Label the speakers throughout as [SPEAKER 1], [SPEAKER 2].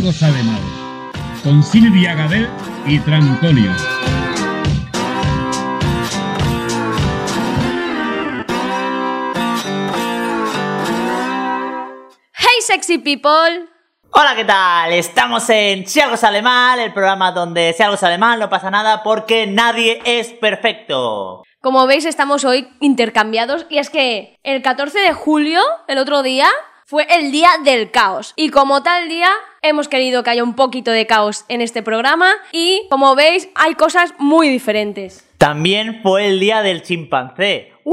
[SPEAKER 1] todo sabe mal. Con Silvia Gadel y Trancolio.
[SPEAKER 2] ¡Hey, sexy people!
[SPEAKER 3] Hola, ¿qué tal? Estamos en Si algo sale mal, el programa donde si algo sale mal no pasa nada porque nadie es perfecto.
[SPEAKER 2] Como veis, estamos hoy intercambiados y es que el 14 de julio, el otro día, fue el día del caos. Y como tal día, hemos querido que haya un poquito de caos en este programa y, como veis, hay cosas muy diferentes.
[SPEAKER 3] También fue el día del chimpancé.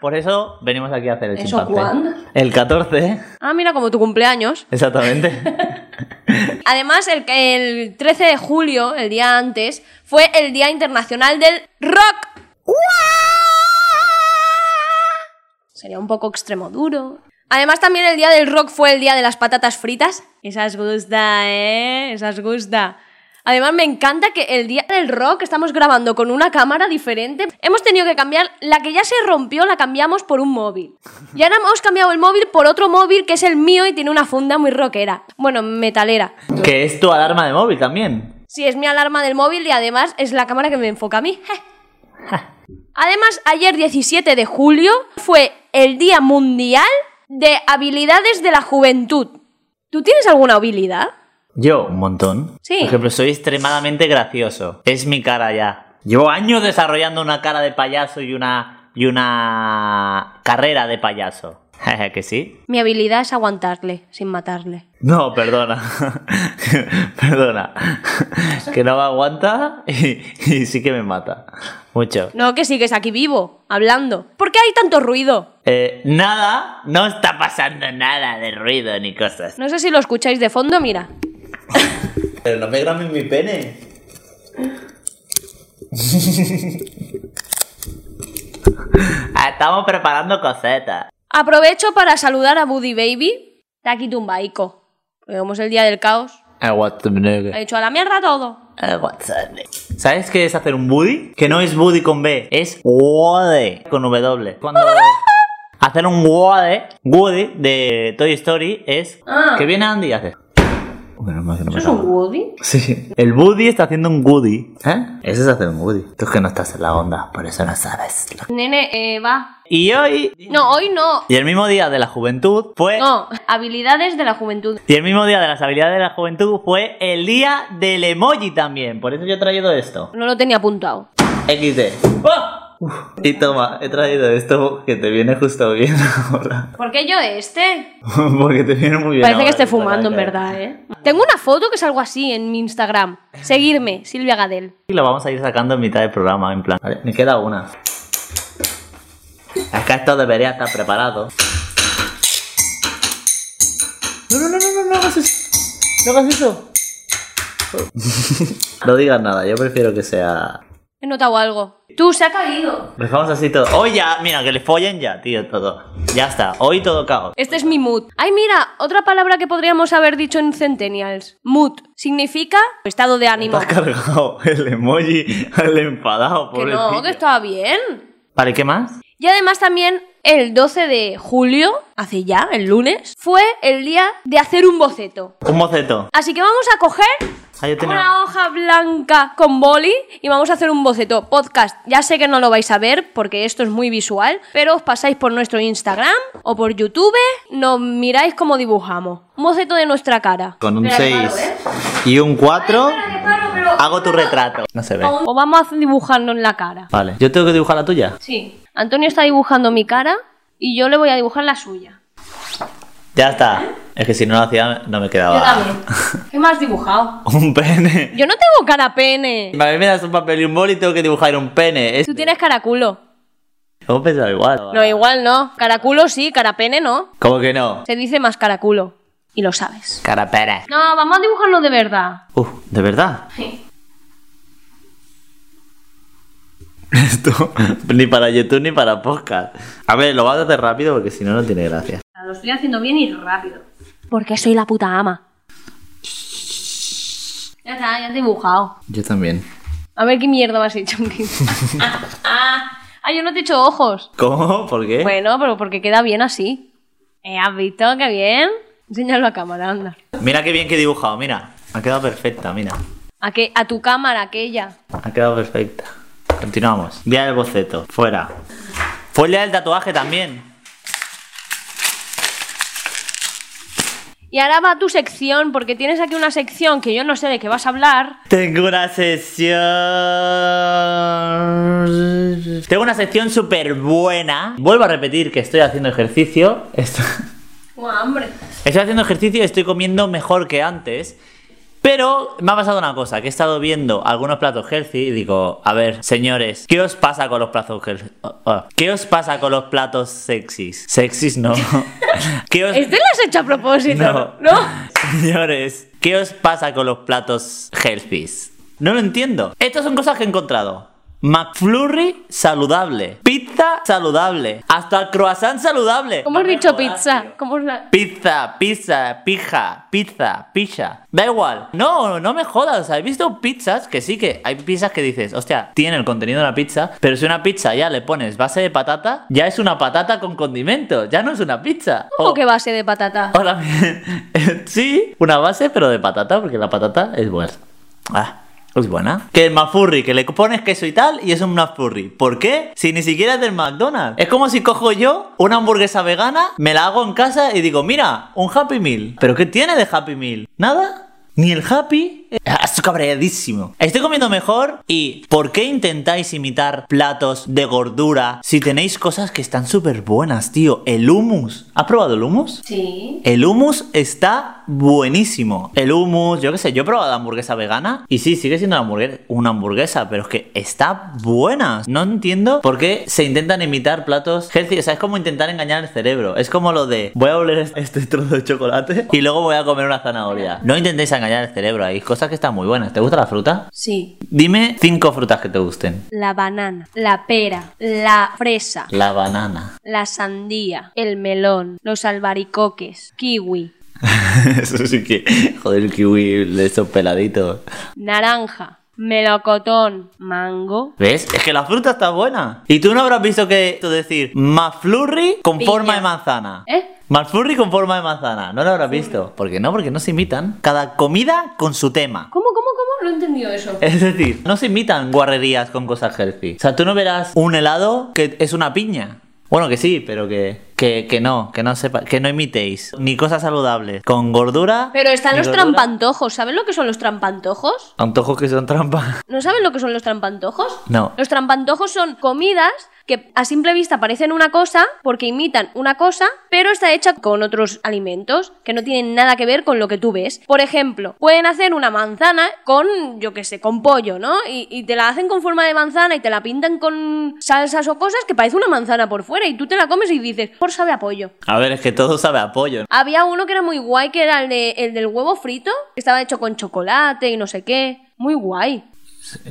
[SPEAKER 3] Por eso venimos aquí a hacer el
[SPEAKER 2] ¿Eso
[SPEAKER 3] chimpancé.
[SPEAKER 2] cuándo?
[SPEAKER 3] El 14,
[SPEAKER 2] Ah, mira, como tu cumpleaños.
[SPEAKER 3] exactamente.
[SPEAKER 2] Además, el, el 13 de julio, el día antes, fue el Día Internacional del Rock. Sería un poco extremo duro. Además, también el día del rock fue el día de las patatas fritas. Esas gusta, ¿eh? Esas gusta. Además, me encanta que el día del rock estamos grabando con una cámara diferente. Hemos tenido que cambiar. La que ya se rompió la cambiamos por un móvil. Y ahora hemos cambiado el móvil por otro móvil que es el mío y tiene una funda muy rockera. Bueno, metalera.
[SPEAKER 3] que es tu alarma de móvil también.
[SPEAKER 2] Sí, es mi alarma del móvil y además es la cámara que me enfoca a mí. además, ayer 17 de julio fue el Día Mundial de Habilidades de la Juventud. ¿Tú tienes alguna habilidad?
[SPEAKER 3] Yo, un montón.
[SPEAKER 2] Sí.
[SPEAKER 3] Por ejemplo, soy extremadamente gracioso. Es mi cara ya. Llevo años desarrollando una cara de payaso y una. y una carrera de payaso. que sí.
[SPEAKER 2] Mi habilidad es aguantarle sin matarle.
[SPEAKER 3] No, perdona. perdona. que no me aguanta y, y sí que me mata. Mucho.
[SPEAKER 2] No, que sigues aquí vivo, hablando. ¿Por qué hay tanto ruido?
[SPEAKER 3] Eh, nada, no está pasando nada de ruido ni cosas.
[SPEAKER 2] No sé si lo escucháis de fondo, mira.
[SPEAKER 3] Pero no me graben mi pene. Ah, Estamos preparando cosetas.
[SPEAKER 2] Aprovecho para saludar a Buddy Baby, Taki Tumbaico. Porque como es el día del caos, ha dicho a la mierda todo.
[SPEAKER 3] ¿Sabes qué es hacer un buddy? Que no es buddy con B, es wode con W. Cuando hacer un wode, Woody de Toy Story es
[SPEAKER 2] Ah.
[SPEAKER 3] que viene Andy y hace. Menos mal que no me salga.
[SPEAKER 2] Woody?
[SPEAKER 3] Sí. El Woody está haciendo un Woody. ¿Eh? Eso es hacer un Woody. Tú es que no estás en la onda, por eso no sabes.
[SPEAKER 2] Nene, eh, va.
[SPEAKER 3] Y hoy.
[SPEAKER 2] No, hoy no.
[SPEAKER 3] Y el mismo día de la juventud fue.
[SPEAKER 2] No, habilidades de la juventud.
[SPEAKER 3] Y el mismo día de las habilidades de la juventud fue el día del emoji también. Por eso yo he traído esto.
[SPEAKER 2] No lo tenía apuntado.
[SPEAKER 3] XD. ¡Oh! Uf. Y toma, he traído esto que te viene justo bien ahora.
[SPEAKER 2] ¿Por qué yo este?
[SPEAKER 3] Porque te viene muy bien.
[SPEAKER 2] Parece que
[SPEAKER 3] ahora,
[SPEAKER 2] esté
[SPEAKER 3] te van a
[SPEAKER 2] fumando, en
[SPEAKER 3] caer.
[SPEAKER 2] verdad, ¿eh? Tengo una foto que es algo así en mi Instagram. Seguirme, Silvia Gadel.
[SPEAKER 3] Y lo vamos a ir sacando en mitad del programa, en plan. Vale, me queda una. Acá esto debería estar preparado. No, no, no, no, no, no hagas eso. No hagas eso. no digas nada, yo prefiero que sea.
[SPEAKER 2] He notado algo. Tú, se ha caído.
[SPEAKER 3] Dejamos así todo. Hoy ya, mira, que le follen ya, tío, todo. Ya está, hoy todo caos.
[SPEAKER 2] Este es mi mood. Ay, mira, otra palabra que podríamos haber dicho en Centennials. Mood. Significa estado de
[SPEAKER 3] Te
[SPEAKER 2] ánimo.
[SPEAKER 3] has cargado el emoji al enfadado,
[SPEAKER 2] Que
[SPEAKER 3] pobre.
[SPEAKER 2] no, que estaba bien.
[SPEAKER 3] Vale, ¿qué más?
[SPEAKER 2] Y además también el 12 de julio, hace ya, el lunes, fue el día de hacer un boceto.
[SPEAKER 3] Un boceto.
[SPEAKER 2] Así que vamos a coger
[SPEAKER 3] Ah, yo tenía-
[SPEAKER 2] una hoja blanca con boli y vamos a hacer un boceto podcast. Ya sé que no lo vais a ver porque esto es muy visual, pero os pasáis por nuestro Instagram o por YouTube, nos miráis cómo dibujamos. Un boceto de nuestra cara.
[SPEAKER 3] Con un 6
[SPEAKER 2] ¿eh?
[SPEAKER 3] y un 4 hago tu retrato. No se ve.
[SPEAKER 2] O vamos a dibujarnos en la cara.
[SPEAKER 3] Vale. ¿Yo tengo que dibujar la tuya?
[SPEAKER 2] Sí. Antonio está dibujando mi cara y yo le voy a dibujar la suya.
[SPEAKER 3] Ya está. Es que si no lo hacía no me quedaba.
[SPEAKER 2] ¿Qué más dibujado?
[SPEAKER 3] Un pene.
[SPEAKER 2] Yo no tengo cara pene.
[SPEAKER 3] A mí me das un papel y un boli y tengo que dibujar un pene. Es...
[SPEAKER 2] Tú tienes caraculo.
[SPEAKER 3] ¿Cómo pensaba igual?
[SPEAKER 2] No, igual no. Caraculo sí, carapene no.
[SPEAKER 3] ¿Cómo que no?
[SPEAKER 2] Se dice más caraculo. Y lo sabes.
[SPEAKER 3] Cara pera.
[SPEAKER 2] No, vamos a dibujarlo de verdad.
[SPEAKER 3] Uf, ¿de verdad? Esto ni para YouTube ni para podcast. A ver, lo vas a hacer rápido porque si no, no tiene gracia.
[SPEAKER 2] Lo estoy haciendo bien y rápido. Porque soy la puta ama. Ya está, ya has dibujado.
[SPEAKER 3] Yo también.
[SPEAKER 2] A ver qué mierda me has hecho. ah, ah. Ah, yo no te he hecho ojos.
[SPEAKER 3] ¿Cómo? ¿Por qué?
[SPEAKER 2] Bueno, pero porque queda bien así. Eh, ¿Has Eh, visto qué bien? Enséñalo a cámara, anda.
[SPEAKER 3] Mira qué bien que he dibujado, mira. Ha quedado perfecta, mira.
[SPEAKER 2] A, que, a tu cámara, aquella.
[SPEAKER 3] Ha quedado perfecta. Continuamos. Día del boceto. Fuera. Fue el día del tatuaje también.
[SPEAKER 2] Y ahora va a tu sección, porque tienes aquí una sección que yo no sé de qué vas a hablar.
[SPEAKER 3] Tengo una sesión. Tengo una sección súper buena. Vuelvo a repetir que estoy haciendo ejercicio. Esto-
[SPEAKER 2] hambre.
[SPEAKER 3] Estoy haciendo ejercicio y estoy comiendo mejor que antes. Pero me ha pasado una cosa, que he estado viendo algunos platos healthy y digo, a ver, señores, ¿qué os pasa con los platos healthy? ¿Qué os pasa con los platos sexys? Sexys no. ¿Qué os...
[SPEAKER 2] Este lo has hecho a propósito.
[SPEAKER 3] No.
[SPEAKER 2] ¿no?
[SPEAKER 3] Señores, ¿qué os pasa con los platos healthies? No lo entiendo. Estas son cosas que he encontrado. McFlurry saludable, pizza saludable, hasta croissant saludable.
[SPEAKER 2] ¿Cómo has dicho pizza? ¿Cómo has la-
[SPEAKER 3] Pizza, pizza, pija, pizza, pizza. Da igual. No, no me jodas. O sea, he visto pizzas que sí que hay pizzas que dices, hostia, tiene el contenido de una pizza, pero si una pizza ya le pones base de patata, ya es una patata con condimentos, ya no es una pizza.
[SPEAKER 2] ¿Cómo
[SPEAKER 3] O-
[SPEAKER 2] que base de patata?
[SPEAKER 3] o la- Eh, sí, una base, pero de patata, porque la patata es buena. Ah, es buena. Que el McFlurry, que le pones queso y tal, y es un McFlurry. ¿Por qué? Si ni siquiera es del McDonald's. Es como si cojo yo una hamburguesa vegana, me la hago en casa y digo, mira, un Happy Meal. ¿Pero qué tiene de Happy Meal? ¿Nada? Ni el happy. Ah, Estoy cabreadísimo. Estoy comiendo mejor y ¿por qué intentáis imitar platos de gordura si tenéis cosas que están súper buenas, tío? El hummus. ¿Has probado el hummus?
[SPEAKER 2] Sí.
[SPEAKER 3] El hummus está buenísimo. El hummus, yo qué sé, yo he probado la hamburguesa vegana y sí, sigue siendo una hamburguesa, una hamburguesa, pero es que está buena. No entiendo por qué se intentan imitar platos healthy. O sea, es como intentar engañar el cerebro. Es como lo de voy a oler este trozo de chocolate y luego voy a comer una zanahoria. No intentéis engañar el cerebro. Hay cosas que están muy buenas. ¿Te gusta la fruta?
[SPEAKER 2] Sí.
[SPEAKER 3] Dime cinco frutas que te gusten.
[SPEAKER 2] La banana, la pera, la fresa,
[SPEAKER 3] La banana.
[SPEAKER 2] la sandía, el melón, los albaricoques, kiwi,
[SPEAKER 3] Eso sí que. Joder, el kiwi de esos peladitos.
[SPEAKER 2] naranja, melocotón, mango,
[SPEAKER 3] ¿Ves? Es que la fruta está buena. Y tú no habrás visto que tú decir McFlurry con
[SPEAKER 2] Piña.
[SPEAKER 3] forma de manzana.
[SPEAKER 2] ¿eh?
[SPEAKER 3] McFlurry con forma de manzana. No lo habrás visto. ¿Por qué no? Porque no se imitan. Cada comida con su tema.
[SPEAKER 2] ¿Cómo, cómo, cómo? No he entendido eso.
[SPEAKER 3] Es decir, no se imitan guarrerías con cosas healthy. O sea, tú no verás un helado que es una piña. Bueno, que sí, pero que, que, que no, que no sepa, que no imitéis ni cosas saludables con gordura.
[SPEAKER 2] Pero están
[SPEAKER 3] ni
[SPEAKER 2] los
[SPEAKER 3] gordura.
[SPEAKER 2] trampantojos. ¿Sabes lo que son los trampantojos?
[SPEAKER 3] Antojos que son trampa.
[SPEAKER 2] ¿No sabes lo que son los trampantojos?
[SPEAKER 3] No.
[SPEAKER 2] Los trampantojos son comidas que a simple vista parecen una cosa porque imitan una cosa, pero está hecha con otros alimentos que no tienen nada que ver con lo que tú ves. Por ejemplo, pueden hacer una manzana con, yo qué sé, con pollo, ¿no? Y, y te la hacen con forma de manzana y te la pintan con salsas o cosas que parece una manzana por fuera y tú te la comes y dices, por sabe a pollo.
[SPEAKER 3] A ver, es que todo sabe a pollo.
[SPEAKER 2] Había uno que era muy guay, que era el, de, el del huevo frito, que estaba hecho con chocolate y no sé qué. Muy guay.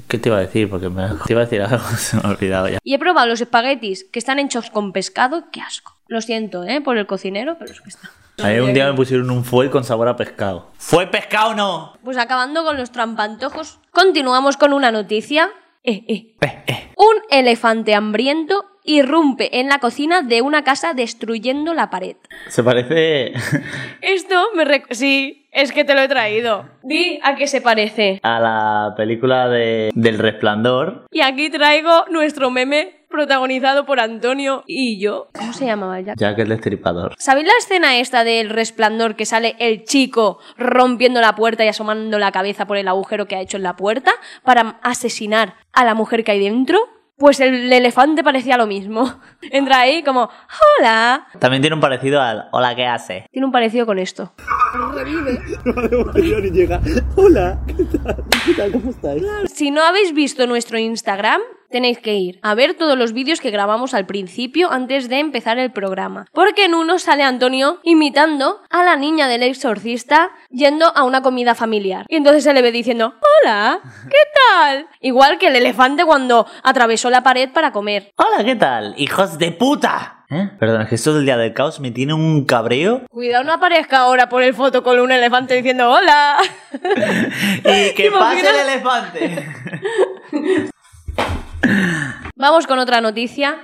[SPEAKER 3] ¿Qué te iba a decir? Porque me... te iba a decir algo, se me ha olvidado ya.
[SPEAKER 2] Y he probado los espaguetis que están hechos con pescado, qué asco. Lo siento, ¿eh? Por el cocinero, pero es que está.
[SPEAKER 3] A mí un día me pusieron un foie con sabor a pescado. ¿Fue pescado o no?
[SPEAKER 2] Pues acabando con los trampantojos, continuamos con una noticia. Eh, eh.
[SPEAKER 3] Eh, eh.
[SPEAKER 2] Un elefante hambriento irrumpe en la cocina de una casa destruyendo la pared.
[SPEAKER 3] Se parece
[SPEAKER 2] Esto me... rec- Sí, es que te lo he traído. Di a qué se parece.
[SPEAKER 3] a la película de... del resplandor.
[SPEAKER 2] Y aquí traigo nuestro meme protagonizado por Antonio y yo. ¿Cómo se llamaba ya?
[SPEAKER 3] Jack el destripador.
[SPEAKER 2] ¿Sabéis la escena esta del resplandor que sale el chico rompiendo la puerta y asomando la cabeza por el agujero que ha hecho en la puerta para asesinar a la mujer que hay dentro? Pues el elefante parecía lo mismo. Entra ahí como, hola.
[SPEAKER 3] También tiene un parecido al Hola, ¿qué hace?
[SPEAKER 2] Tiene un parecido con esto.
[SPEAKER 4] y llega. Hola, ¿qué tal? ¿Qué tal? ¿Cómo estáis?
[SPEAKER 2] Si no habéis visto nuestro Instagram, tenéis que ir a ver todos los vídeos que grabamos al principio antes de empezar el programa. Porque en uno sale Antonio imitando a la niña del exorcista yendo a una comida familiar. Y entonces se le ve diciendo, hola, ¿qué tal? Igual que el elefante cuando atravesó la pared para comer.
[SPEAKER 3] Hola, ¿qué tal? ¡Hijos de puta! ¿Eh? Perdón, es que esto del día del caos me tiene un cabreo.
[SPEAKER 2] Cuidado, no aparezca ahora por el foto con un elefante diciendo, hola.
[SPEAKER 3] ¡Y
[SPEAKER 2] ¿Te
[SPEAKER 3] que pase
[SPEAKER 2] imaginas?
[SPEAKER 3] el elefante!
[SPEAKER 2] Vamos con otra noticia.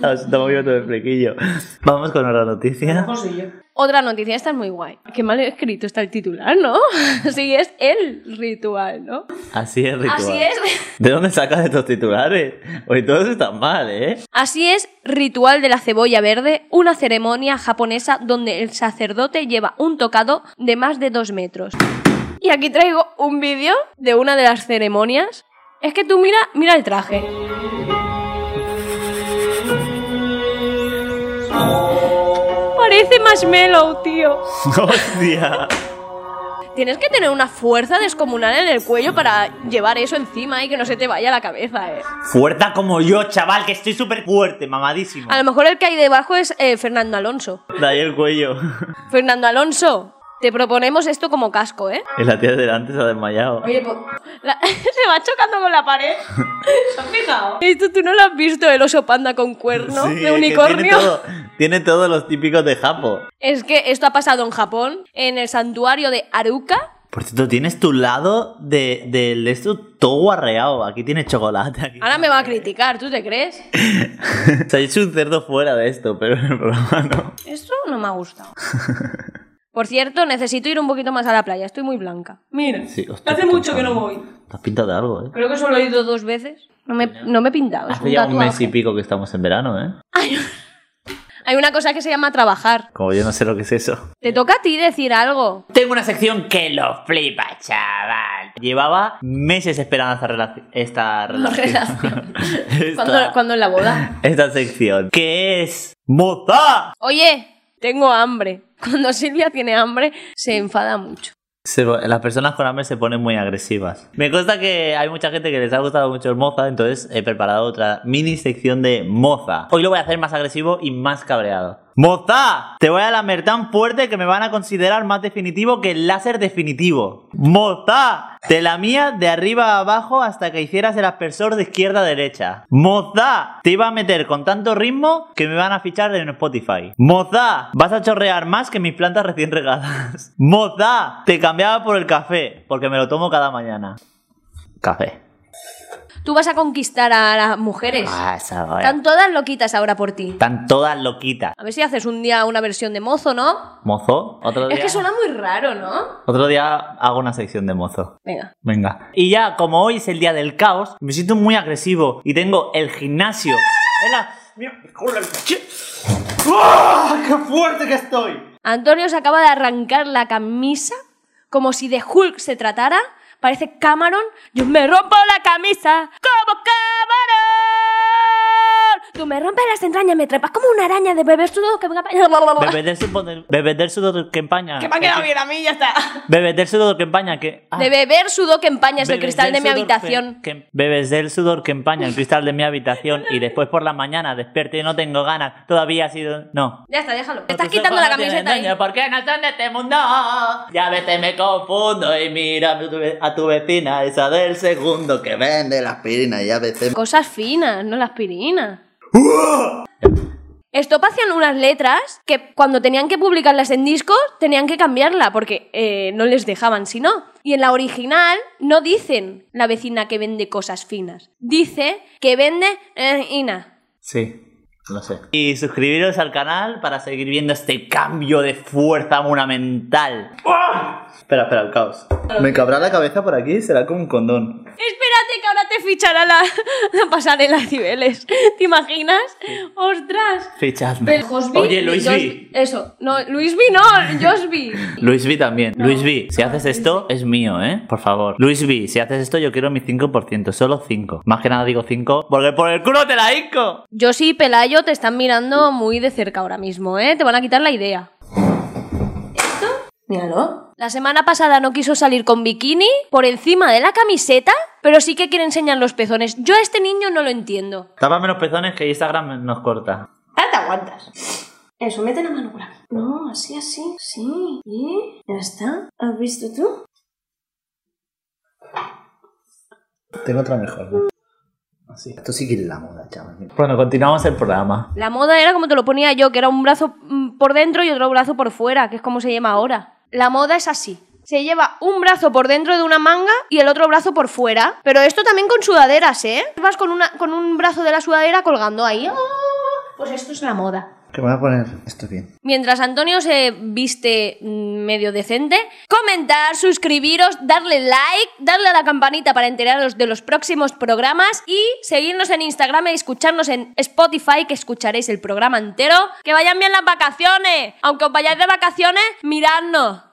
[SPEAKER 3] Nos estamos viendo de flequillo. Vamos con otra noticia.
[SPEAKER 2] Otra noticia, esta es muy guay. Qué mal escrito está el titular, ¿no? Así es el ritual, ¿no?
[SPEAKER 3] Así es, ritual.
[SPEAKER 2] Así es.
[SPEAKER 3] ¿De dónde sacas estos titulares? Hoy todos están mal, ¿eh?
[SPEAKER 2] Así es, ritual de la cebolla verde, una ceremonia japonesa donde el sacerdote lleva un tocado de más de dos metros. Y aquí traigo un vídeo de una de las ceremonias. Es que tú mira, mira el traje. Parece marshmallow, tío.
[SPEAKER 3] ¡Hostia!
[SPEAKER 2] Tienes que tener una fuerza descomunal en el cuello para llevar eso encima y que no se te vaya la cabeza, eh.
[SPEAKER 3] Fuerza como yo, chaval, que estoy súper fuerte, mamadísimo.
[SPEAKER 2] A lo mejor el que hay debajo es eh, Fernando Alonso.
[SPEAKER 3] De ahí el cuello.
[SPEAKER 2] Fernando Alonso, te proponemos esto como casco, ¿eh?
[SPEAKER 3] Y la tía de delante se ha desmayado.
[SPEAKER 2] Oye, po- la- se va chocando con la pared. ¿Se han fijado? Esto tú no lo has visto, el oso panda con cuerno
[SPEAKER 3] Sí, es
[SPEAKER 2] de
[SPEAKER 3] que Tiene,
[SPEAKER 2] unicornio.
[SPEAKER 3] todo- tiene todos los típicos de Japo.
[SPEAKER 2] es que esto ha pasado en Japón, en el santuario de Aruka.
[SPEAKER 3] Por cierto, tienes tu lado de, del esto todo guarreado. Aquí tienes chocolate. Aquí.
[SPEAKER 2] Ahora me va a criticar, ¿tú te crees?
[SPEAKER 3] Se ha hecho un cerdo fuera de esto, pero en el programa no.
[SPEAKER 2] Esto no me ha gustado. Por cierto, necesito ir un poquito más a la playa, estoy muy blanca. Mira,
[SPEAKER 3] Sí, hostia,
[SPEAKER 2] hace
[SPEAKER 3] qué
[SPEAKER 2] mucho que no
[SPEAKER 3] cansado.
[SPEAKER 2] voy.
[SPEAKER 3] Te has pintado de algo, ¿eh?
[SPEAKER 2] Creo que solo he ido dos veces. No me, no me he pintado, es
[SPEAKER 3] Hace
[SPEAKER 2] un
[SPEAKER 3] ya un mes y
[SPEAKER 2] tatuaje.
[SPEAKER 3] pico que estamos en verano, ¿eh?
[SPEAKER 2] Hay una cosa que se llama trabajar.
[SPEAKER 3] Como yo no sé lo que es eso.
[SPEAKER 2] Te toca a ti decir algo.
[SPEAKER 3] Tengo una sección que lo flipa, chaval. Llevaba meses esperando esta relación. Esta relación.
[SPEAKER 2] Relación.
[SPEAKER 3] esta,
[SPEAKER 2] Cuando, cuando en la boda.
[SPEAKER 3] esta sección. Que es. ¡Moza!
[SPEAKER 2] Oye, tengo hambre. Cuando Silvia tiene hambre, se enfada mucho.
[SPEAKER 3] Se- las personas con hambre se ponen muy agresivas. Me consta que hay mucha gente que les ha gustado mucho el moza, entonces he preparado otra mini sección de moza. Hoy lo voy a hacer más agresivo y más cabreado. ¡Moza! Te voy a lamer tan fuerte que me van a considerar más definitivo que el láser definitivo. ¡Moza! Te lamía de arriba a abajo hasta que hicieras el aspersor de izquierda a derecha. ¡Moza! Te iba a meter con tanto ritmo que me van a fichar en Spotify. ¡Moza! Vas a chorrear más que mis plantas recién regadas. ¡Moza! Te cambiaba por el café, porque me lo tomo cada mañana. Café.
[SPEAKER 2] Tú vas a conquistar a las mujeres.
[SPEAKER 3] Ah, esa vaya.
[SPEAKER 2] Están todas loquitas ahora por ti.
[SPEAKER 3] Están todas loquitas.
[SPEAKER 2] A ver si haces un día una versión de mozo, ¿no?
[SPEAKER 3] Mozo, otro día.
[SPEAKER 2] Es que suena muy raro, ¿no?
[SPEAKER 3] Otro día hago una sección de mozo.
[SPEAKER 2] Venga.
[SPEAKER 3] Venga. Y ya, como hoy es el día del caos, me siento muy agresivo y tengo el gimnasio. en la- Mira, me cago en la leche. ¡Ah! ¡Qué fuerte que estoy!
[SPEAKER 2] Antonio se acaba de arrancar la camisa como si de Hulk se tratara. Parece Cameron. Yo me rompo la camisa como Cameron. Tú me rompes las entrañas, me trepas como una araña de bebé sudo que venga pa-
[SPEAKER 3] Bebeder su poder- bebeder sudor que empaña.
[SPEAKER 2] Que me ha quedado bien a mí, ya está.
[SPEAKER 3] Bebeder sudor que empaña. Que, ah,
[SPEAKER 2] De beber sudor que empaña es el
[SPEAKER 3] bebeder
[SPEAKER 2] cristal de mi
[SPEAKER 3] sudor que-
[SPEAKER 2] habitación.
[SPEAKER 3] que- bebeder sudor que empaña el cristal de mi habitación y después por la mañana despierto y no tengo ganas. Todavía ha sido. No.
[SPEAKER 2] Ya está, déjalo. Te
[SPEAKER 3] Porque
[SPEAKER 2] estás
[SPEAKER 3] soy
[SPEAKER 2] quitando la
[SPEAKER 3] cuando tiene
[SPEAKER 2] camiseta ahí.
[SPEAKER 3] dueño, ¿Por qué no son de este mundo? Ya vete, me confundo y mira a tu ve- a tu vecina, esa del segundo que vende las pirinas, ya vete.
[SPEAKER 2] Cosas finas, no la aspirina. Esto hacían unas letras que cuando tenían que publicarlas en discos tenían que cambiarla porque eh, no les dejaban, si no. Y en la original no dicen la vecina que vende cosas finas. Dice que vende eh, Ina.
[SPEAKER 3] Sí, lo sé. Y suscribiros al canal para seguir viendo este cambio de fuerza monumental. Espera, espera, el caos. ¡Ah! Me cabrá la cabeza por aquí, será como un condón.
[SPEAKER 2] Espérate que ahora te fichará la, la pasarela Cibeles. ¿Te imaginas? ¡Ostras!
[SPEAKER 3] Fichadme.
[SPEAKER 2] Pero Josby,
[SPEAKER 3] Oye, Luis
[SPEAKER 2] Josby-
[SPEAKER 3] B.
[SPEAKER 2] Eso, no, Luis B no, Josby.
[SPEAKER 3] Luis B también. Ah, Luis B, si haces esto, es mío, ¿eh? Por favor. Luis B, si haces esto, yo quiero mi 5%, solo 5. Más que nada digo 5, porque por el culo te la hinco.
[SPEAKER 2] Josi y Pelayo te están mirando muy de cerca ahora mismo, ¿eh? Te van a quitar la idea. ¿Esto? Míralo. La semana pasada no quiso salir con bikini por encima de la camiseta, pero sí que quiere enseñar los pezones. Yo a este niño no lo entiendo.
[SPEAKER 3] Tápame los pezones que Instagram nos corta.
[SPEAKER 2] Ah, te aguantas. Eso, mete la mano por aquí. No, así, así. Sí. ¿Y? ¿Ya está? ¿Has visto tú?
[SPEAKER 3] Tengo otra mejor, Así. Esto sí que es la moda, chaval. Bueno, continuamos el programa.
[SPEAKER 2] La moda era como te lo ponía yo, que era un brazo mm, por dentro y otro brazo por fuera, que es como se llama ahora. La moda es así. Se lleva un brazo por dentro de una manga y el otro brazo por fuera. Pero esto también con sudaderas, ¿eh? Vas con, una, con un brazo de la sudadera colgando ahí. ¡Ah! Pues esto es la moda.
[SPEAKER 5] Que voy a poner esto bien.
[SPEAKER 2] Mientras Antonio se viste mm, medio decente, comentar, suscribiros, darle like, darle a la campanita para enteraros de los próximos programas y seguirnos en Instagram y escucharnos en Spotify que escucharéis el programa entero. Que vayan bien las vacaciones. Aunque os vayáis de vacaciones, miradnos.